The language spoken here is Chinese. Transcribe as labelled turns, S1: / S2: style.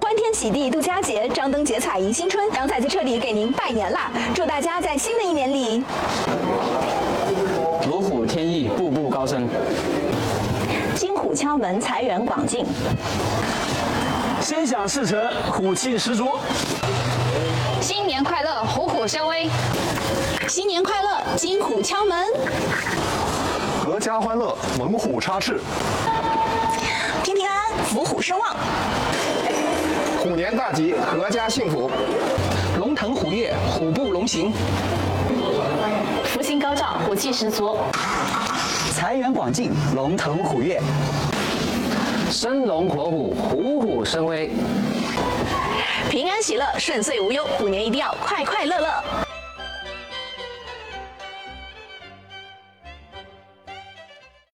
S1: 欢天喜地度佳节，张灯结彩迎新春。杨仔在这里给您拜年啦！祝大家在新的一年里
S2: 如虎添翼，步步高升，
S1: 金虎敲门，财源广进。
S3: 心想事成，虎气十足。
S4: 新年快乐，虎虎生威。
S1: 新年快乐，金虎敲门。
S5: 阖家欢乐，猛虎插翅，
S1: 平平安，安，福虎生旺。
S5: 虎年大吉，阖家幸福。
S2: 龙腾虎跃，虎步龙行。
S4: 福星高照，虎气十足。
S6: 财源广进，龙腾虎跃。
S2: 生龙活虎，虎虎生威。
S1: 平安喜乐，顺遂无忧，虎年一定要快快乐乐。